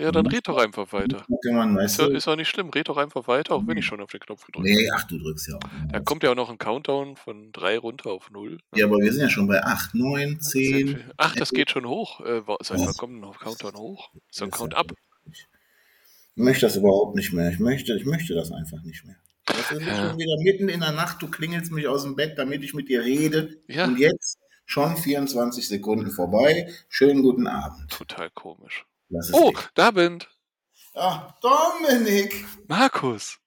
Ja, Mhm. dann red doch einfach weiter. Kann man, Ist weißt ja, du? ist ja nicht schlimm, red doch einfach weiter, auch wenn ich schon auf den Knopf gedrückt Also Mhm. Nee, ach, du drückst ja auch. habe. Da kommt ja auch noch ein Countdown von 3 runter auf 0. Ja, aber wir sind ja schon bei 8, 9, 10. Ach, das geht schon hoch. Äh, wa- sag mal, Also Was? kommt noch ein Countdown hoch? Ist doch ein Das ist Count ja- up. Ich möchte das überhaupt nicht mehr. Ich möchte, ich möchte das einfach nicht mehr. Das ist Ja. schon wieder mitten in der Nacht, du klingelst mich aus dem Bett, damit ich mit dir rede. Ja, Und jetzt schon 24 Sekunden vorbei. Schönen guten Abend. total komisch. Das ist Oh, echt- da bin Ach, Dominik! Markus.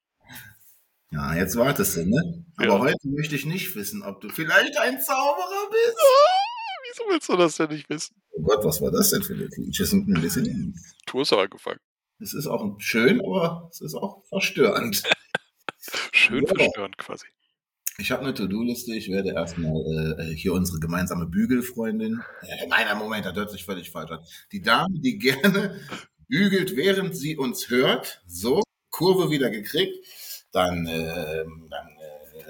Ja, jetzt wartest du, ne? Aber Ja. heute möchte ich nicht wissen, ob du vielleicht ein Zauberer bist. Wieso willst du das denn nicht wissen? Oh Gott, was war das denn für eine Quietsch? Das ist ein bisschen. Du hast doch angefangen. Es ist auch schön, aber es ist auch verstörend. Schön Ja. verstörend quasi. Ich habe eine To-Do-Liste. Ich werde erstmal äh, hier unsere gemeinsame Bügelfreundin. Äh, nein, nein, Moment, das hört sich völlig falsch an. Die Dame, die gerne bügelt, während sie uns hört. So, Kurve wieder gekriegt. Dann, ähm, dann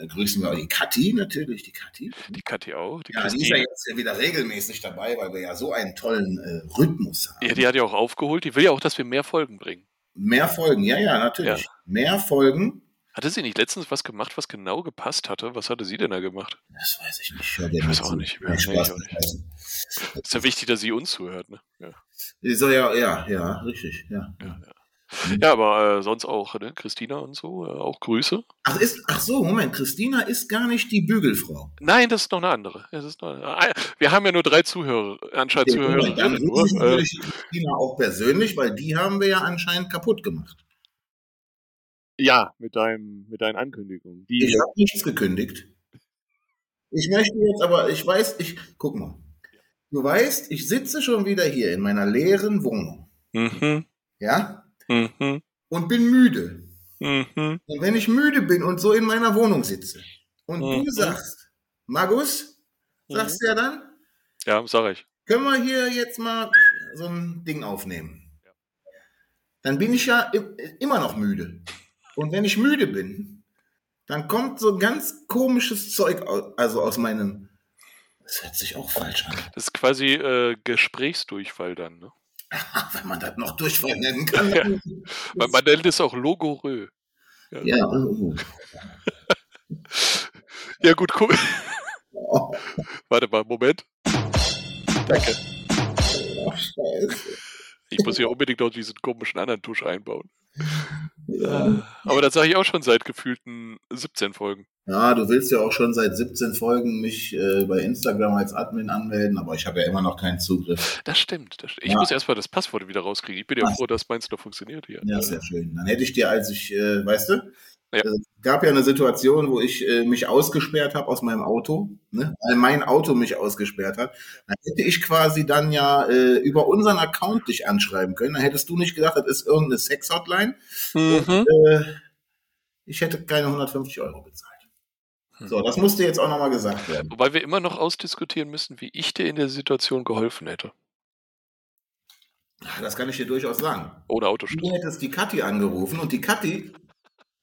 äh, grüßen wir die Kathi natürlich, die Kathi. Die Kathi auch, die Ja, die ist ja Christine. jetzt ja wieder regelmäßig dabei, weil wir ja so einen tollen äh, Rhythmus haben. Ja, die hat ja auch aufgeholt. Die will ja auch, dass wir mehr Folgen bringen. Mehr Folgen, ja, ja, natürlich. Mehr Folgen. Hatte sie nicht letztens was gemacht, was genau gepasst hatte? Was hatte sie denn da gemacht? Das weiß ich nicht. Hör dir Ich mal weiß auch zu. nicht. Ja, Nein, nee, Spaß. ich auch Ist ja wichtig, dass sie uns zuhört. Ne? Ja. Ich soll ja, ja, ja, richtig, ja. ja, aber äh, sonst auch, ne? Christina und so, äh, auch Grüße. Ach, ist, ach so, Moment, Christina ist gar nicht die Bügelfrau. Nein, das ist noch eine andere. Das ist noch ah, ja, wir haben ja nur drei Zuhörer, anscheinend Moment, dann Zuhörerinnen. grüßen Nur, äh, natürlich Christina auch persönlich, weil die haben wir ja anscheinend kaputt gemacht. ja, mit, deinem, mit deinen Ankündigungen. Die, Ich habe nichts gekündigt. Ich möchte jetzt aber, ich weiß, ich, guck mal. Du weißt, ich sitze schon wieder hier in meiner leeren Wohnung, mhm, ja, mhm, und bin müde. mhm. Und wenn ich müde bin und so in meiner Wohnung sitze und Mhm. du sagst, Magus, sagst du ja dann, Ja, sag ich. können wir hier jetzt mal so ein Ding aufnehmen. Ja. Dann bin ich ja i- immer noch müde. Und wenn ich müde bin, dann kommt so ganz komisches Zeug, au- also aus meinem. Das hört sich auch falsch an. Das ist quasi äh, Gesprächsdurchfall dann. Ne? Wenn man das noch Durchfall nennen kann. Ja. Man, man nennt es auch Logorö. Ja, oh, Ja, gut, cool. oh, Warte mal, Moment. Danke. oh, scheiße. Ich muss hier unbedingt noch diesen komischen anderen Tusch einbauen. Ja. Aber das sage ich auch schon seit gefühlten 17 Folgen. Ja, du willst ja auch schon seit 17 Folgen mich äh, bei Instagram als Admin anmelden, aber ich habe ja immer noch keinen Zugriff. Das stimmt. Das stimmt. Ich Ja. muss erstmal das Passwort wieder rauskriegen. Ich bin ja froh, dass meins noch funktioniert hier. Äh, Ja, ist ja schön. Dann hätte ich dir, als ich, äh, weißt du, Ja. es gab ja eine Situation, wo ich äh, mich ausgesperrt habe aus meinem Auto, ne? weil mein Auto mich ausgesperrt hat. Dann hätte ich quasi dann ja äh, über unseren Account dich anschreiben können. Dann hättest du nicht gedacht, das ist irgendeine Sex-Hotline. Mhm. Äh, ich hätte keine 150 Euro bezahlt. Hm. So, das musste jetzt auch nochmal gesagt werden. Wobei wir immer noch ausdiskutieren müssen, wie ich dir in der Situation geholfen hätte. Das kann ich dir durchaus sagen. Ohne Du Autoschlüssel. hättest die Kathi angerufen und die Kathi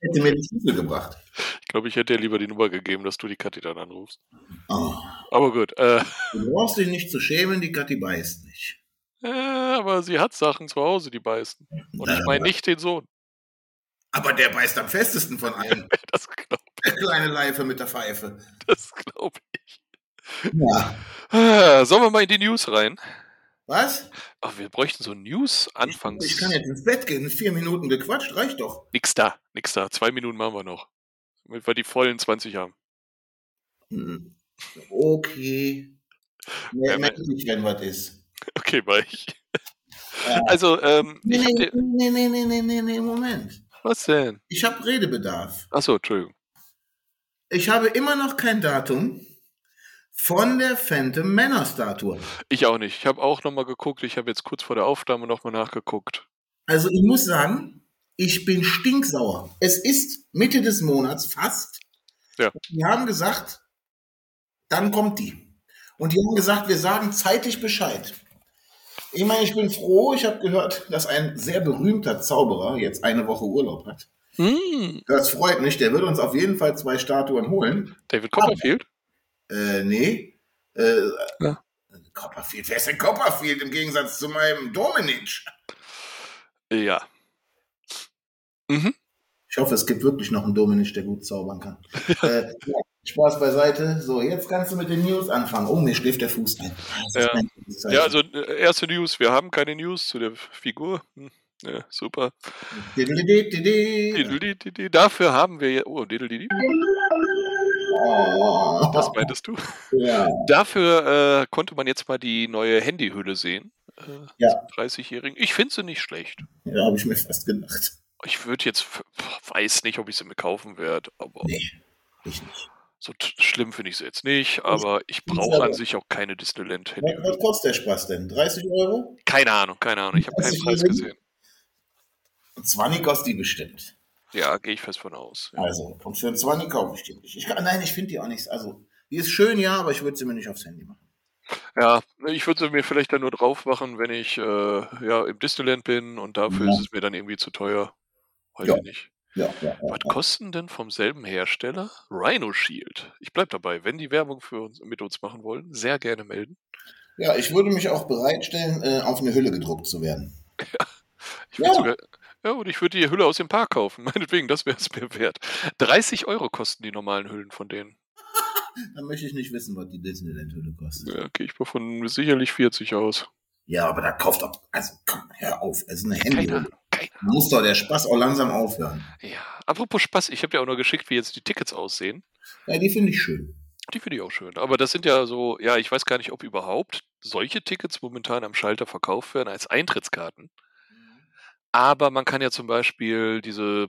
hätte mir den Schlüssel gebracht. Ich glaube, ich hätte dir lieber die Nummer gegeben, dass du die Kathi dann anrufst. Oh. Aber gut. Äh, Du brauchst dich nicht zu schämen, die Kathi beißt nicht. äh, aber sie hat Sachen zu Hause, die beißen. Und ich meine nicht den Sohn. Aber der beißt am festesten von allen. Das glaube Der kleine Leife mit der Pfeife. das glaub ich. Ja. Ah, Sollen wir mal in die News rein? Was? Ach, wir bräuchten so News-Anfangs. Ich kann jetzt ins Bett gehen. Vier Minuten gequatscht, reicht doch. Nix da, nix da. Zwei Minuten machen wir noch. Damit wir die vollen 20 haben. Hm. Okay. Ja, Mehr ja, nicht, wenn was ist. Okay, war ich. Ja. Also, ähm, Nee, ich hab nee, dir, nee, nee, nee, nee, nee, nee, Moment. was denn? Ich habe Redebedarf. Achso, Entschuldigung. Ich habe immer noch kein Datum von der Phantom Manor Statue. Ich auch nicht. Ich habe auch nochmal geguckt. Ich habe jetzt kurz vor der Aufnahme nochmal nachgeguckt. Also ich muss sagen, ich bin stinksauer. Es ist Mitte des Monats fast. Ja. Die haben gesagt, dann kommt die. Und die haben gesagt, wir sagen zeitig Bescheid. Ich meine, ich bin froh, ich habe gehört, dass ein sehr berühmter Zauberer jetzt eine Woche Urlaub hat. Hm, Das freut mich, der wird uns auf jeden Fall zwei Statuen holen. David Copperfield? Äh, nee. Äh, Ja. Copperfield, wer ist denn Copperfield im Gegensatz zu meinem Dominic? Ja. Mhm. Ich hoffe, es gibt wirklich noch einen Dominic, der gut zaubern kann. äh, ja, Spaß beiseite. So, jetzt kannst du mit den News anfangen. Oh, mir schläft der Fuß ein. Das ist Ja. kein gutes Zeichen. Ja, also äh, erste News. Wir haben keine News zu der Figur. Hm. Ja, super. Diddle-diddle-diddle. Diddle-di-di-di. Dafür haben wir ja. Oh, diddle-di-di. Oh, das meintest du. ja. Dafür äh, konnte man jetzt mal die neue Handyhülle sehen. Äh, Ja. 30-Jährigen. Ich finde sie nicht schlecht. ja habe ich mir fast gedacht. Ich würde jetzt, f- weiß nicht, ob ich sie mir kaufen werde, aber Nee, ich nicht. so t- schlimm finde ich sie jetzt nicht. Aber ich brauche an sich auch keine Was, Disneyland-Handyhülle. was kostet der Spaß denn? 30 Euro? Keine Ahnung, keine Ahnung. Ich habe keinen Preis 30-Jährigen? gesehen. 20 kostet die bestimmt. Ja, gehe ich fest von aus. Ja. Also, und für einen 20 kaufe ich die nicht. Ich, kann- nein, ich finde die auch nicht. Also, die ist schön, ja, aber ich würde sie mir nicht aufs Handy machen. Ja, ich würde sie mir vielleicht dann nur drauf machen, wenn ich äh, ja, im Disneyland bin und dafür Ja. ist es mir dann irgendwie zu teuer. Weiß Ja. ich nicht. Ja, ja, ja. Was kosten denn vom selben Hersteller Rhino Shield? Ich bleib dabei. Wenn die Werbung für uns, mit uns machen wollen, sehr gerne melden. ja ich würde mich auch bereitstellen, äh, auf eine Hülle gedruckt zu werden. Ich würd Ja. Sogar, ja, und ich würde die Hülle aus dem Park kaufen. Meinetwegen, das wäre es mir wert. 30 Euro kosten die normalen Hüllen von denen. Dann möchte ich nicht wissen, was die Disneyland-Hülle kostet. Ja, gehe ich mal von sicherlich 40 aus. Ja, aber da kauft doch. Also, komm, hör auf. Es ist eine Keine Handyhülle. Ahnung. Keine Ahnung. Muss doch der Spaß auch langsam aufhören. Ja. Apropos Spaß, ich habe dir auch noch geschickt, wie jetzt die Tickets aussehen. Ja, die finde ich schön. Die finde ich auch schön. Aber das sind ja so, ja, ich weiß gar nicht, ob überhaupt solche Tickets momentan am Schalter verkauft werden als Eintrittskarten. Aber man kann ja zum Beispiel diese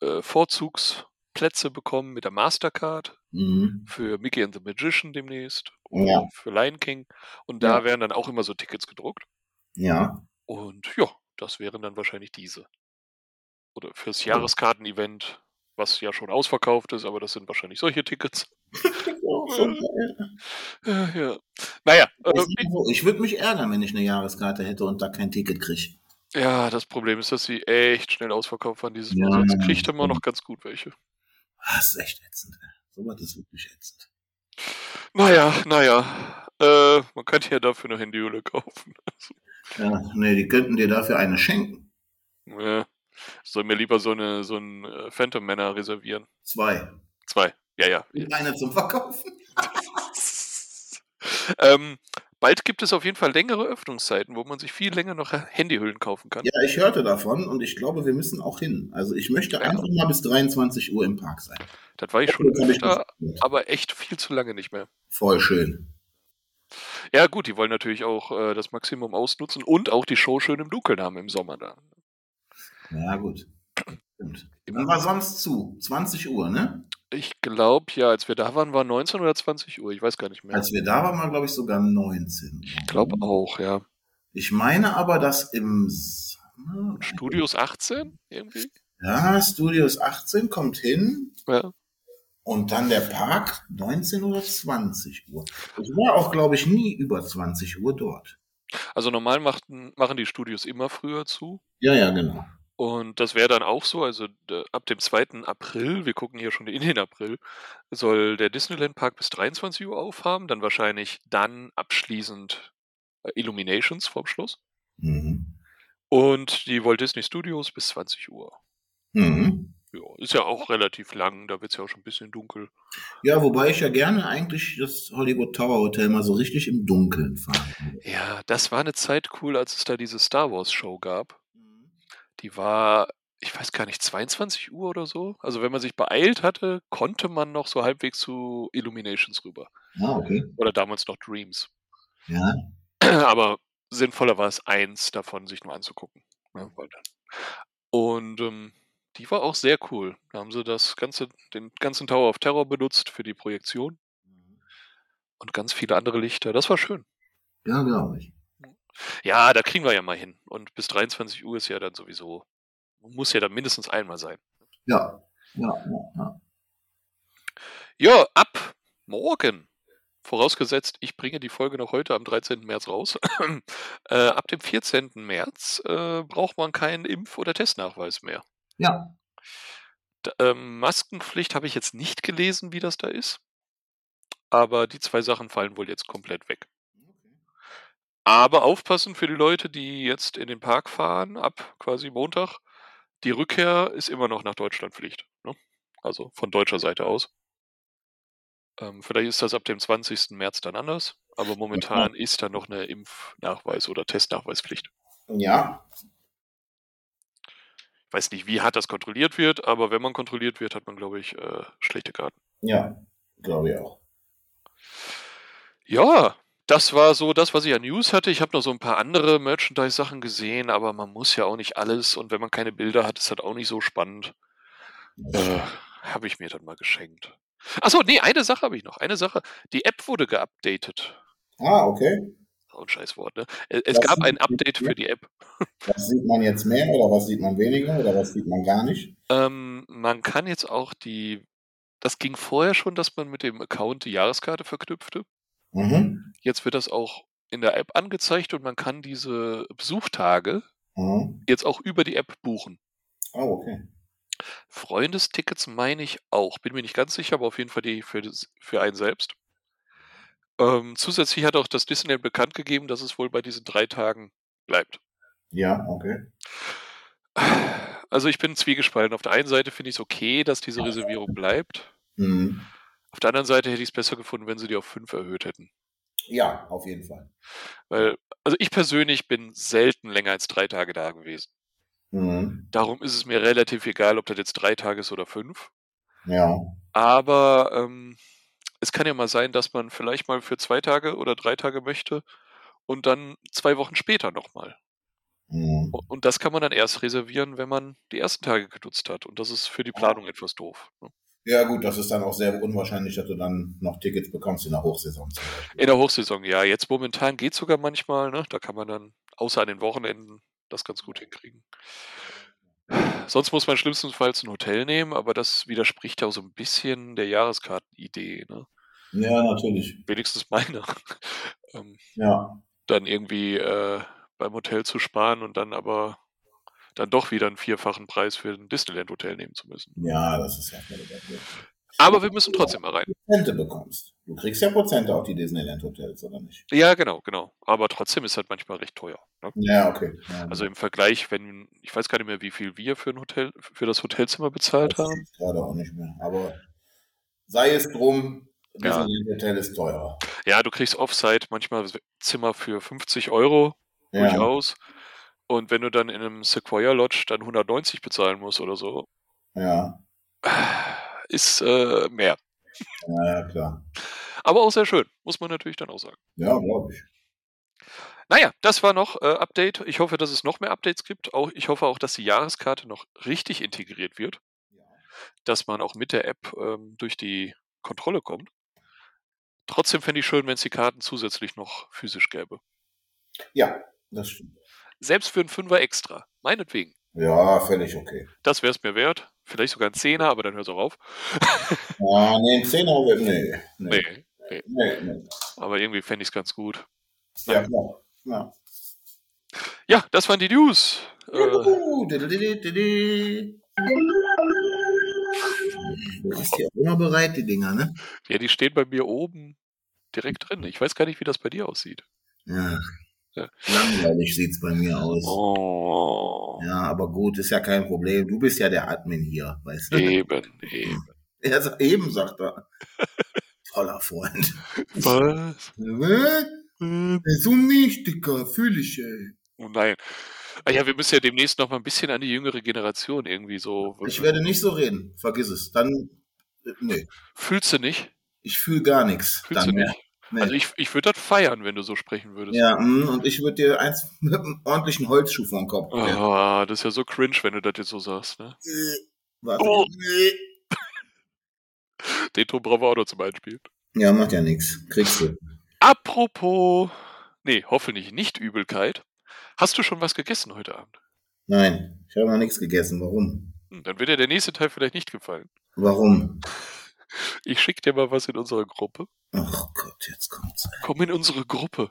äh, Vorzugsplätze bekommen mit der Mastercard Mhm. für Mickey and the Magician demnächst oder Ja. für Lion King. Und da Ja. werden dann auch immer so Tickets gedruckt. Ja. Und ja, das wären dann wahrscheinlich diese. Oder fürs Jahreskartenevent, was ja schon ausverkauft ist, aber das sind wahrscheinlich solche Tickets. Oh, so geil. Äh, ja. Naja, äh, Ich sag mal so, ich würde mich ärgern, wenn ich eine Jahreskarte hätte und da kein Ticket kriege. Ja, das Problem ist, dass sie echt schnell ausverkauft waren dieses Mal. Ja. Sonst kriegt man noch ganz gut welche. Ah, Das ist echt ätzend. ey. So was ist wirklich ätzend. Naja, naja. Äh, man könnte ja dafür eine Handyhülle kaufen. Ja, nee, die könnten dir dafür eine schenken. Ja. Soll mir lieber so eine so einen äh, Phantom Männer reservieren. Zwei. Zwei. Ja, ja. Und eine zum Verkaufen. ähm, bald gibt es auf jeden Fall längere Öffnungszeiten, wo man sich viel länger noch Handyhüllen kaufen kann. Ja, ich hörte davon und ich glaube, wir müssen auch hin. Also ich möchte einfach mal bis 23 Uhr im Park sein. Das war ich schon Das hab ich öfter, gehört. aber echt viel zu lange nicht mehr. Voll schön. Ja, gut, die wollen natürlich auch äh, das Maximum ausnutzen und auch die Show schön im Dunkeln haben im Sommer da. Ja, gut. Stimmt. Wann war sonst zu? 20 Uhr, ne? Ich glaube, ja, als wir da waren, war 19 oder 20 Uhr. Ich weiß gar nicht mehr. Als wir da waren, war, glaube ich, sogar 19. ich glaube auch, ja. Ich meine aber, dass im Sommer- Studios 18 irgendwie? ja, Studios 18 kommt hin Ja. und dann der Park 19 oder 20 Uhr. Ich war auch, glaube ich, nie über 20 Uhr dort. Also normal machten, machen die Studios immer früher zu. Ja, ja, genau. Und das wäre dann auch so, also d- ab dem 2. April, wir gucken hier schon in den April, soll der Disneyland Park bis 23 Uhr aufhaben, dann wahrscheinlich dann abschließend äh, Illuminations vorm Schluss Mhm. und die Walt Disney Studios bis 20 Uhr. Mhm. Ja, ist ja auch relativ lang, da wird es ja auch schon ein bisschen dunkel. Ja, wobei ich ja gerne eigentlich das Hollywood Tower Hotel mal so richtig im Dunkeln fahre. Ja, das war eine Zeit cool, als es da diese Star Wars Show gab. Mhm. Die war, ich weiß gar nicht, 22 Uhr oder so. Also wenn man sich beeilt hatte, konnte man noch so halbwegs zu Illuminations rüber. Ah, okay. Oder damals noch Dreams. Ja. Aber sinnvoller war es, eins davon sich nur anzugucken. ne, weil dann- Und ähm, die war auch sehr cool. Da haben sie das ganze, den ganzen Tower of Terror benutzt für die Projektion und ganz viele andere Lichter. Das war schön. Ja, glaube ich. Ja, da kriegen wir ja mal hin. Und bis 23 Uhr ist ja dann sowieso, muss ja dann mindestens einmal sein. Ja. Ja, ja, ja. Ja, ab morgen. Vorausgesetzt, ich bringe die Folge noch heute am 13. März raus. äh, ab dem 14. März äh, braucht man keinen Impf- oder Testnachweis mehr. ja. D ähm, Maskenpflicht habe ich jetzt nicht gelesen, wie das da ist. Aber die zwei Sachen fallen wohl jetzt komplett weg. Aber aufpassen für die Leute, die jetzt in den Park fahren, ab quasi Montag. Die Rückkehr ist immer noch nach Deutschland Pflicht. Ne? Also von deutscher Seite aus. Ähm, vielleicht ist das ab dem 20. März dann anders. Aber momentan ist da noch eine Impfnachweis- oder Testnachweispflicht. Ja, Ich weiß nicht, wie hart das kontrolliert wird, aber wenn man kontrolliert wird, hat man, glaube ich, äh, schlechte Karten. ja, glaube ich auch. Ja, das war so das, was ich an News hatte. Ich habe noch so ein paar andere Merchandise-Sachen gesehen, aber man muss ja auch nicht alles und wenn man keine Bilder hat, ist das auch nicht so spannend. Äh, habe ich mir dann mal geschenkt. Achso, nee, eine Sache habe ich noch. Eine Sache. Die App wurde geupdatet. Ah, okay. Auch ein Scheißwort, ne? Äh, Es Das gab ein sind- Update für die App. Was sieht man jetzt mehr oder was sieht man weniger oder was sieht man gar nicht? Ähm, man kann jetzt auch die. Das ging vorher schon, dass man mit dem Account die Jahreskarte verknüpfte. Mhm. Jetzt wird das auch in der App angezeigt und man kann diese Besuchtage Mhm. jetzt auch über die App buchen. Oh, okay. Freundestickets meine ich auch. Bin mir nicht ganz sicher, aber auf jeden Fall die für, das- für einen selbst. Ähm, zusätzlich hat auch das Disneyland bekannt gegeben, dass es wohl bei diesen drei Tagen bleibt. Ja, okay. Also ich bin zwiegespalten. Auf der einen Seite finde ich es okay, dass diese Reservierung bleibt. Mhm. Auf der anderen Seite hätte ich es besser gefunden, wenn sie die auf fünf erhöht hätten. Ja, auf jeden Fall. Weil, also ich persönlich bin selten länger als drei Tage da gewesen. Mhm. Darum ist es mir relativ egal, ob das jetzt drei Tage ist oder fünf. Ja. Aber ähm, es kann ja mal sein, dass man vielleicht mal für zwei Tage oder drei Tage möchte und dann zwei Wochen später nochmal. Mhm. Und das kann man dann erst reservieren, wenn man die ersten Tage genutzt hat. Und das ist für die Planung etwas doof. ne? Ja, gut, das ist dann auch sehr unwahrscheinlich, dass du dann noch Tickets bekommst in der Hochsaison. zum Beispiel. In der Hochsaison, ja. Jetzt momentan geht es sogar manchmal. Ne? Da kann man dann, außer an den Wochenenden, das ganz gut hinkriegen. Sonst muss man schlimmstenfalls ein Hotel nehmen, aber das widerspricht ja auch so ein bisschen der Jahreskartenidee. Ne? Ja, natürlich. Wenigstens meine. ähm, Ja. dann irgendwie äh, beim Hotel zu sparen und dann aber dann doch wieder einen vierfachen Preis für ein Disneyland-Hotel nehmen zu müssen. Ja, das ist ja völlig absurd. Aber wir müssen trotzdem mal rein. Prozente bekommst. Du kriegst ja Prozente auf die Disneyland Hotels, oder nicht? Ja, genau, genau. Aber trotzdem ist halt manchmal recht teuer. Ne? Ja, okay. Ja, Also im Vergleich, wenn, ich weiß gar nicht mehr, wie viel wir für ein Hotel, für das Hotelzimmer bezahlt das haben. ist gerade auch nicht mehr. Aber sei es drum, Ja. Disneyland Hotel ist teurer. Ja, du kriegst Offside manchmal Zimmer für 50 Euro Ja. durchaus. Und wenn du dann in einem Sequoia Lodge dann 190 bezahlen musst oder so, Ja. ist äh, mehr. Ja, klar. Aber auch sehr schön, muss man natürlich dann auch sagen. Ja, glaube ich. Naja, das war noch äh, Update. Ich hoffe, dass es noch mehr Updates gibt. Auch, ich hoffe auch, dass die Jahreskarte noch richtig integriert wird, dass man auch mit der App ähm, durch die Kontrolle kommt. Trotzdem fände ich schön, wenn es die Karten zusätzlich noch physisch gäbe. Ja, das stimmt. Selbst für einen Fünfer extra. Meinetwegen. Ja, völlig okay. Das wäre es mir wert. Vielleicht sogar ein Zehner, aber dann hör's auch auf. Ah, nee, ein Zehner, wird- nee. Nee, Nee, nee, nee. aber irgendwie fände ich es ganz gut. Ja, klar. Ja. Ja, das waren die News. Äh, Juhu, dididididi. Du hast die auch immer bereit, die Dinger, ne? ja, die stehen bei mir oben direkt drin. Ich weiß gar nicht, wie das bei dir aussieht. Ja. Ja. Langweilig sieht's bei mir aus. Oh. Ja, aber gut, ist ja kein Problem. Du bist ja der Admin hier, weißt du? Eben, eben. Er sagt, eben sagt er. Voller Freund. Was? Was? Äh. So nicht, Dicker, fühl ich, ey. Oh nein. Ah ja, wir müssen ja demnächst noch mal ein bisschen an die jüngere Generation irgendwie so. äh, Ich werde nicht so reden, vergiss es. Dann, äh, nee, Fühlst du nicht? ich fühle gar nichts. Fühlst dann du mehr. nicht? Nee. Also ich, ich würde das feiern, wenn du so sprechen würdest. ja, mm, und ich würde dir eins mit einem ordentlichen Holzschuh vor den Kopf. werfen. Ah, das ist ja so cringe, wenn du das jetzt so sagst. Ne? Äh, Warte. Oh. Äh. Den Tom Bravado zum Beispiel. Ja, macht ja nichts. Kriegst du. Apropos, nee, hoffentlich nicht Übelkeit. Hast du schon was gegessen heute Abend? Nein, ich habe noch nichts gegessen. Warum? Hm, dann wird dir der nächste Teil vielleicht nicht gefallen. Warum? Ich schicke dir mal was in unsere Gruppe. Ach Gott, jetzt kommt's. Komm in unsere Gruppe.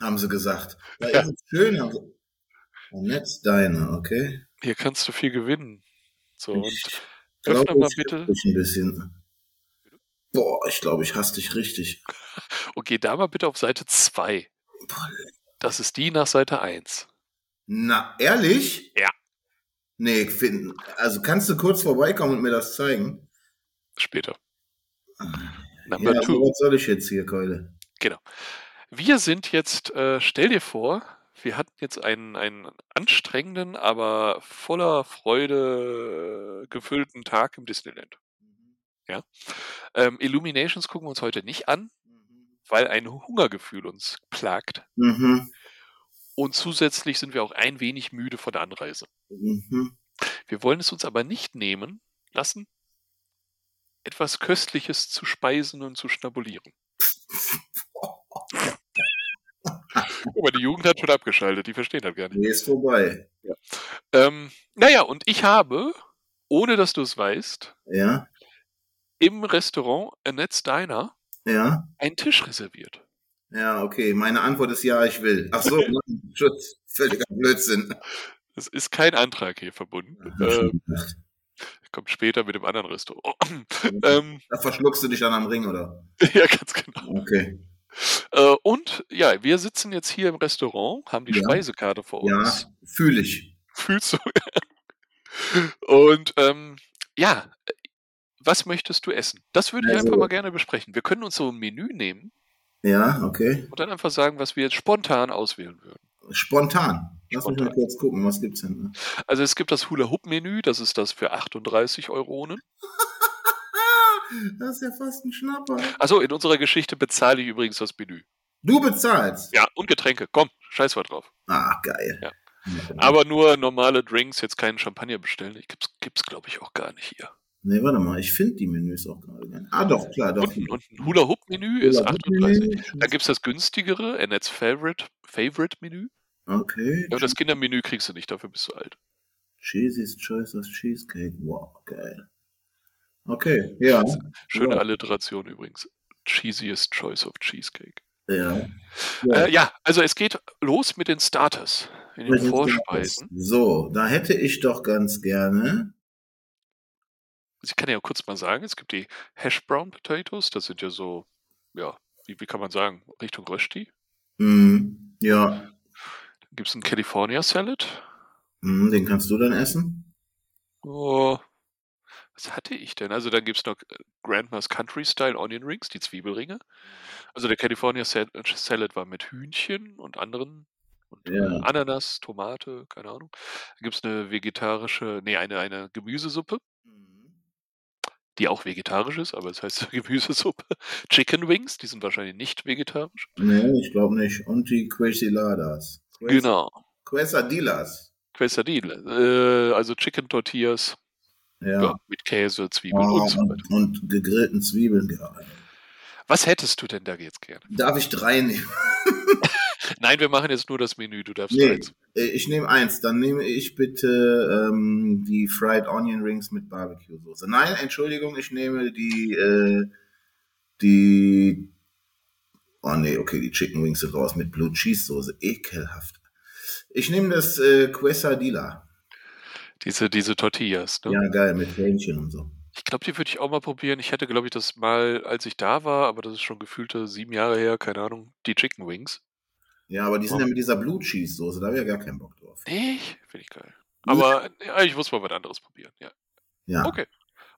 haben sie gesagt. Da Ja. ist es schön. haben sie- Und jetzt deine, okay? Hier kannst du viel gewinnen. So, und Ich öffne mal ich bitte. hasse dich ein bisschen. Boah, ich glaube, ich hasse dich richtig. Und geh da mal bitte auf Seite 2. Das ist die nach Seite 1. Na, ehrlich? Ja. Nee, ich find, also kannst du kurz vorbeikommen und mir das zeigen? Später. Ja, Number aber two. Genau. was soll ich jetzt hier, Keule? Wir sind jetzt, äh, stell dir vor, wir hatten jetzt einen, einen anstrengenden, aber voller Freude äh, gefüllten Tag im Disneyland. Ähm, Illuminations gucken wir uns heute nicht an, weil ein Hungergefühl uns plagt. Mhm. Und zusätzlich sind wir auch ein wenig müde von der Anreise. Mhm. Wir wollen es uns aber nicht nehmen lassen, etwas Köstliches zu speisen und zu schnabulieren. Guck mal, die Jugend hat schon abgeschaltet, die verstehen das gar nicht. Nee, ist vorbei. Ähm, naja, und ich habe, ohne dass du es weißt, Ja, im Restaurant Annette's Diner ja, einen Tisch reserviert. ja, okay. Meine Antwort ist ja, ich will. Ach so, nein, Schutz, völliger Blödsinn. Es ist kein Antrag hier verbunden. Mhm. Äh, kommt später mit dem anderen Restaurant. ähm, Da verschluckst du dich dann am Ring, oder? ja, ganz genau. Okay. Äh, und ja, wir sitzen jetzt hier im Restaurant, haben die Ja. Speisekarte vor uns. Ja, fühle ich. Fühlst du? und ähm, ja, was möchtest du essen? Das würde ich Also- einfach mal gerne besprechen. Wir können uns so ein Menü nehmen Ja, okay. und dann einfach sagen, was wir jetzt spontan auswählen würden. Spontan. Lass mich Spontan. mal kurz gucken, was gibt's denn? Also es gibt das Hula-Hoop-Menü, das ist das für ne? 38 Euronen. Das ist ja fast ein Schnapper. Achso, in unserer Geschichte bezahle ich übrigens das Menü. Du bezahlst. Ja, und Getränke, komm, scheiß mal drauf. Ah, geil. Ja. Aber nur normale Drinks, jetzt keinen Champagner bestellen. Ich gibt's, gibt's glaube ich, auch gar nicht hier. Nee, warte mal, ich finde die Menüs auch gerade gar nicht. Ah, doch, klar, doch. Und, ein- und ein Hula-Hoop-Menü ist 38. Dann gibt es das günstigere, Annette's Favorite, Favorite Menü. Okay. Ja, und das Kindermenü kriegst du nicht, dafür bist du alt. Cheesy's Choice of Cheesecake. Wow, geil. Okay, ja. Schöne Ja. Alliteration übrigens. Cheesiest Choice of Cheesecake. ja. Ja. Äh, ja, also es geht los mit den Starters, in den Vorspeisen. So, da hätte ich doch ganz gerne. Ich kann ja kurz mal sagen, es gibt die Hash Brown Potatoes, das sind ja so, ja, wie, wie kann man sagen, Richtung Rösti. Hm, ja, Dann gibt es einen California Salad. hm, den kannst du dann essen. Oh, was hatte ich denn? Also dann gibt es noch äh, Grandma's Country Style Onion Rings, die Zwiebelringe. Mhm. Also der California Sal- Salad war mit Hühnchen und anderen und äh, Ja. Ananas, Tomate, keine Ahnung. Da gibt es eine vegetarische, nee, eine, eine Gemüsesuppe, Hm. die auch vegetarisch ist, aber es heißt Gemüsesuppe. Chicken Wings, die sind wahrscheinlich nicht vegetarisch. Nee, ich glaube nicht. Und die Quesiladas. Genau. Quesadillas. Quesadilla, äh, also Chicken Tortillas Ja. ja, mit Käse, Zwiebeln Oh, und so weiter. und, und gegrillten Zwiebeln. Ja. Was hättest du denn da jetzt gerne? Darf ich drei nehmen? Nein, wir machen jetzt nur das Menü, du darfst Nee. eins. Äh, Ich nehme eins. Dann nehme ich bitte ähm, die Fried Onion Rings mit Barbecue-Soße. Nein, Entschuldigung, ich nehme die, äh, die. Oh nee, okay, die Chicken Wings sind raus mit Blue Cheese-Soße. Ekelhaft. Ich nehme das äh, Quesadilla. Diese, diese Tortillas, ne? Ja, geil, mit Hähnchen und so. Ich glaube, die würde ich auch mal probieren. Ich hatte, glaube ich, das mal, als ich da war, aber das ist schon gefühlte sieben Jahre her, keine Ahnung, die Chicken Wings. Ja, aber die sind ja mit dieser Blue Cheese-Soße, da habe ich ja gar keinen Bock drauf. Nee, finde ich geil. Aber ja, ich muss mal was anderes probieren, ja. Ja, Okay.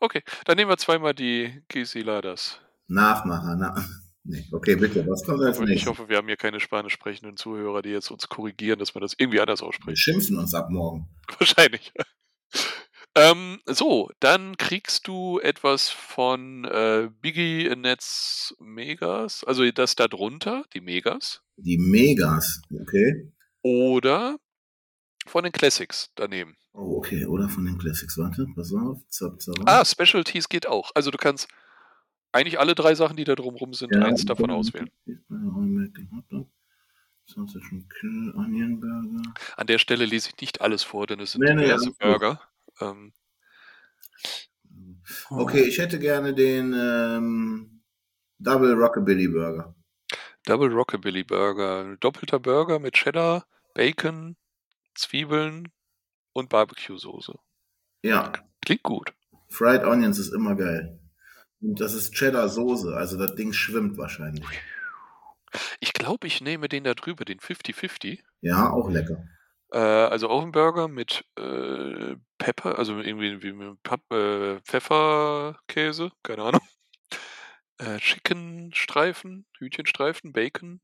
Okay, dann nehmen wir zweimal die Quesadillas. Nachmacher. Na. Nee, okay, bitte, was kommt als Ich nächstes? hoffe, wir haben hier keine spanisch sprechenden Zuhörer, die jetzt uns korrigieren, dass man das irgendwie anders Wir ausspricht. schimpfen uns ab morgen. Wahrscheinlich. Ähm, so, dann kriegst du etwas von äh, Biggie Netz Megas, also das da drunter, die Megas. Die Megas, okay. oder von den Classics daneben. Oh, okay, oder von den Classics. Warte, pass auf. Zap, zap. Ah, Specialties geht auch. Also du kannst eigentlich alle drei Sachen, die da drumrum sind, Ja, genau. eins davon ja. auswählen. Ich bin ja auch mit dem Hotdog. Sausage and Kill, Onion Burger. An der Stelle lese ich nicht alles vor, denn es sind Nee, nee, diverse alles gut. Burger. Ähm, Okay, ich hätte gerne den ähm, Double Rockabilly Burger. Double Rockabilly Burger. Ein Doppelter Burger mit Cheddar, Bacon, Zwiebeln und Barbecue-Soße. Ja, Klingt gut. Fried Onions ist immer geil. Und das ist Cheddar Soße, also das Ding schwimmt wahrscheinlich. Ich glaube, ich nehme den da drüber, den 50-50. Ja, auch lecker. Äh, also auch ein Burger mit äh, Pepper, also irgendwie wie mit Pap äh, Pfefferkäse, keine Ahnung. Äh, Chickenstreifen, Hühnchenstreifen, Bacon.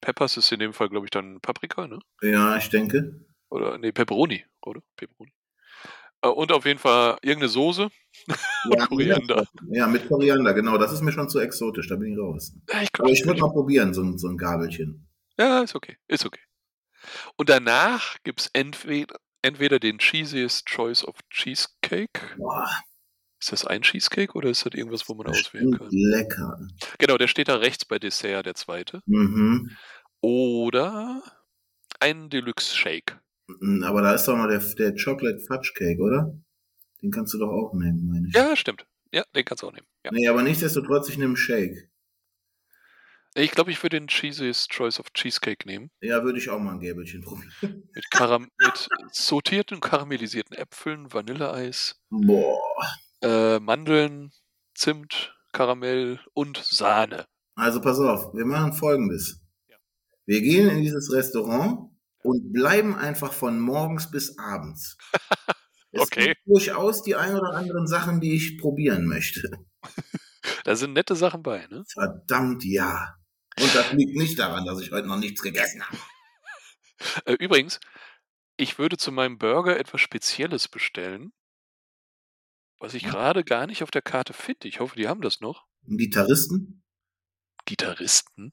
Peppers ist in dem Fall, glaube ich, dann Paprika, ne? Ja, ich denke. Oder nee, Pepperoni, oder? Pepperoni. Äh, und auf jeden Fall irgendeine Soße. Ja, Koriander. Ja, mit Koriander, genau. Das ist mir schon zu exotisch, da bin ich raus. Ja, ich glaub, Aber ich würde mal probieren, so, ein- so ein Gabelchen. ja, ist okay, ist okay. Und danach gibt es entweder, entweder den Cheesiest Choice of Cheesecake. Boah, Ist das ein Cheesecake oder ist das irgendwas, wo man auswählen bestimmt kann? lecker. Genau, der steht da rechts bei Dessert, der zweite. Mhm. Oder ein Deluxe Shake. Mhm, Aber da ist doch mal der, der Chocolate Fudge Cake, oder? Den kannst du doch auch nehmen, meine ich. Ja, stimmt. Ja, den kannst du auch nehmen. Ja. Nee, aber nichtsdestotrotz, ich nehme Shake. Ich glaube, ich würde den Cheesiest Choice of Cheesecake nehmen. Ja, würde ich auch mal ein Gäbelchen probieren. Mit, Karam mit sortierten und karamellisierten Äpfeln, Vanilleeis, Boah. äh, Mandeln, Zimt, Karamell und Sahne. Also pass auf, wir machen folgendes. Ja. Wir gehen in dieses Restaurant und bleiben einfach von morgens bis abends. Es Okay. gibt durchaus die ein oder anderen Sachen, die ich probieren möchte. Da sind nette Sachen bei, ne? Verdammt ja. Und das liegt nicht daran, dass ich heute noch nichts gegessen habe. Äh, übrigens, ich würde zu meinem Burger etwas Spezielles bestellen, was ich gerade gar nicht auf der Karte finde. Ich hoffe, die haben das noch. Ein Gitarristen? Gitarristen?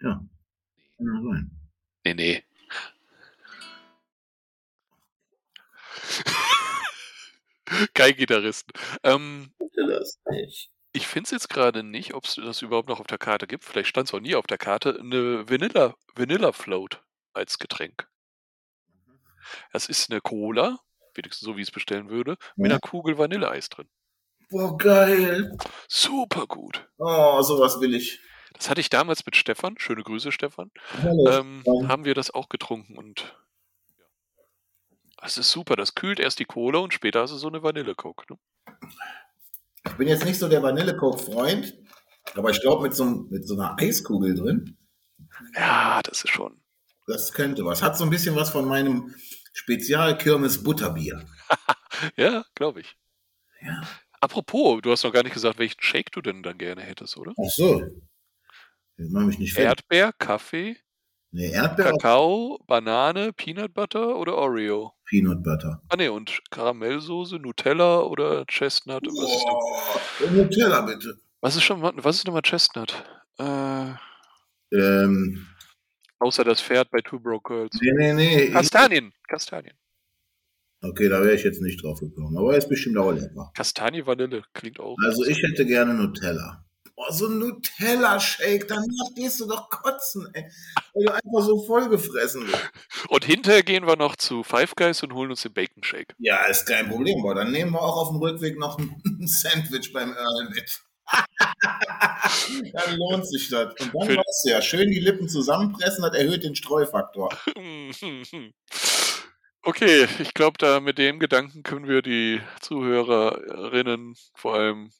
Ja. Kann ja sein. Nee, nee. Kein Gitarristen. Ähm, Bitte das nicht. ich finde es jetzt gerade nicht, ob es das überhaupt noch auf der Karte gibt. Vielleicht stand es auch nie auf der Karte. Eine Vanilla, Vanilla Float als Getränk. Das ist eine Cola, wenigstens so wie ich es bestellen würde, mit Ja. einer Kugel Vanilleeis drin. Boah, geil. Super gut. Oh, sowas will ich. Das hatte ich damals mit Stefan. Schöne Grüße, Stefan. Hallo. Ähm, Stefan. haben wir das auch getrunken und es ist super. Das kühlt erst die Cola und später hast du so eine Vanille Coke. Ne? Ich bin jetzt nicht so der Vanillecoke-Freund, aber ich glaube, mit, so, einem- mit so einer Eiskugel drin Ja, das ist schon. Das könnte was. Hat so ein bisschen was von meinem Spezialkirmes Butterbier. Ja, glaube ich. Ja. Apropos, du hast noch gar nicht gesagt, welchen Shake du denn dann gerne hättest, oder? Ach so. Jetzt mach mich nicht fett. Erdbeer, Kaffee, Nee, Erdbeer oder Kakao, Banane, Peanut Butter oder Oreo? Peanut Butter? Ah ne, und Karamellsoße, Nutella oder Chestnut? Was ist, denn- Oh, Nutella bitte. was ist schon mal, was ist nochmal Chestnut? Äh, Ähm, außer das Pferd bei Two Broke Girls. nee, nee, nee. Ich, Kastanien, Kastanien. okay, da wäre ich jetzt nicht drauf gekommen. Aber ist bestimmt auch lecker. Kastanie Vanille klingt auch. Also ich hätte gerne Nutella. Oh, so ein Nutella-Shake, danach gehst du doch kotzen, ey. Weil du einfach so vollgefressen bist. Und hinterher gehen wir noch zu Five Guys und holen uns den Bacon Shake. Ja, ist kein Problem, aber dann nehmen wir auch auf dem Rückweg noch ein Sandwich beim Earl mit. dann lohnt sich das. Und dann Für- weißt du ja, schön die Lippen zusammenpressen, das erhöht den Streufaktor. Okay, ich glaube, da mit dem Gedanken können wir die Zuhörerinnen, vor allem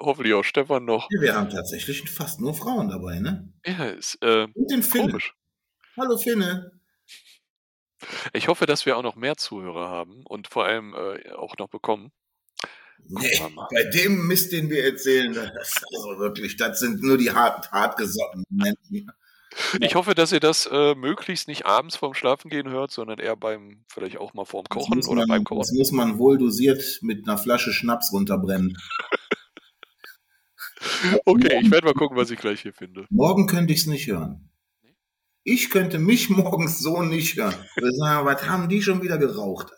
hoffentlich auch Stefan noch. Wir haben tatsächlich fast nur Frauen dabei, ne? Ja, ist äh, Und den Finne. komisch. Hallo Finne. Ich hoffe, dass wir auch noch mehr Zuhörer haben und vor allem äh, auch noch bekommen. Nee, Gucken wir mal. bei dem Mist, den wir erzählen, das ist also wirklich, das sind nur die hart, hartgesottenen Menschen. Ich hoffe, dass ihr das äh, möglichst nicht abends vorm Schlafengehen hört, sondern eher beim, vielleicht auch mal vorm Das Kochen muss oder man- beim Kochen. Das muss man wohl dosiert mit einer Flasche Schnaps runterbrennen. Okay, ich werde mal gucken, was ich gleich hier finde. Morgen könnte ich es nicht hören. Ich könnte mich morgens so nicht hören. Ich würde sagen, was haben die schon wieder geraucht?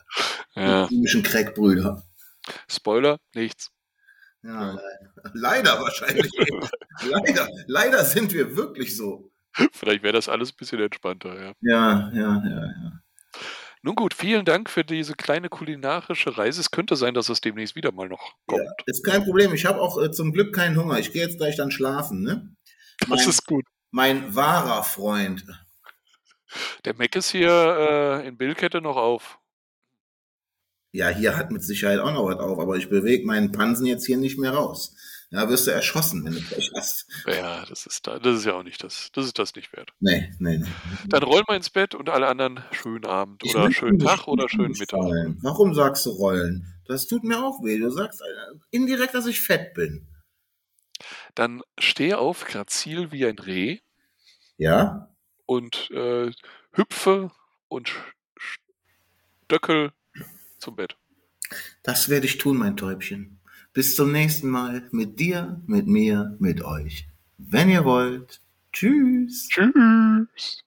Ja, Die komischen Crackbrüder. Spoiler, nichts. Ja, le- leider wahrscheinlich. leider, leider sind wir wirklich so. Vielleicht wäre das alles ein bisschen entspannter, ja. Ja, ja, ja, ja. Nun gut, vielen Dank für diese kleine kulinarische Reise. Es könnte sein, dass es demnächst wieder mal noch kommt. Ist kein Problem. Ich habe auch äh, zum Glück keinen Hunger. Ich gehe jetzt gleich dann schlafen. Ne? das Mein, ist gut. mein wahrer Freund. Der Mac ist hier äh, in Billkette noch auf. Ja, hier hat mit Sicherheit auch noch was auf, aber ich bewege meinen Pansen jetzt hier nicht mehr raus. Ja, wirst du erschossen, wenn du Pech hast. Ja, das ist da, das ist ja auch nicht das. Das ist das nicht wert. Nee, nee, nee. Dann rollen wir ins Bett und alle anderen schönen Abend Ich oder möchte schönen nicht Tag oder schönen Mittag. rollen. Warum sagst du rollen? Das tut mir auch weh. Du sagst äh, indirekt, dass ich fett bin. Dann stehe auf, grazil wie ein Reh Ja? und äh, hüpfe und sch- stöckel zum Bett. Das werde ich tun, mein Täubchen. Bis zum nächsten Mal mit dir, mit mir, mit euch. Wenn ihr wollt. Tschüss. Tschüss.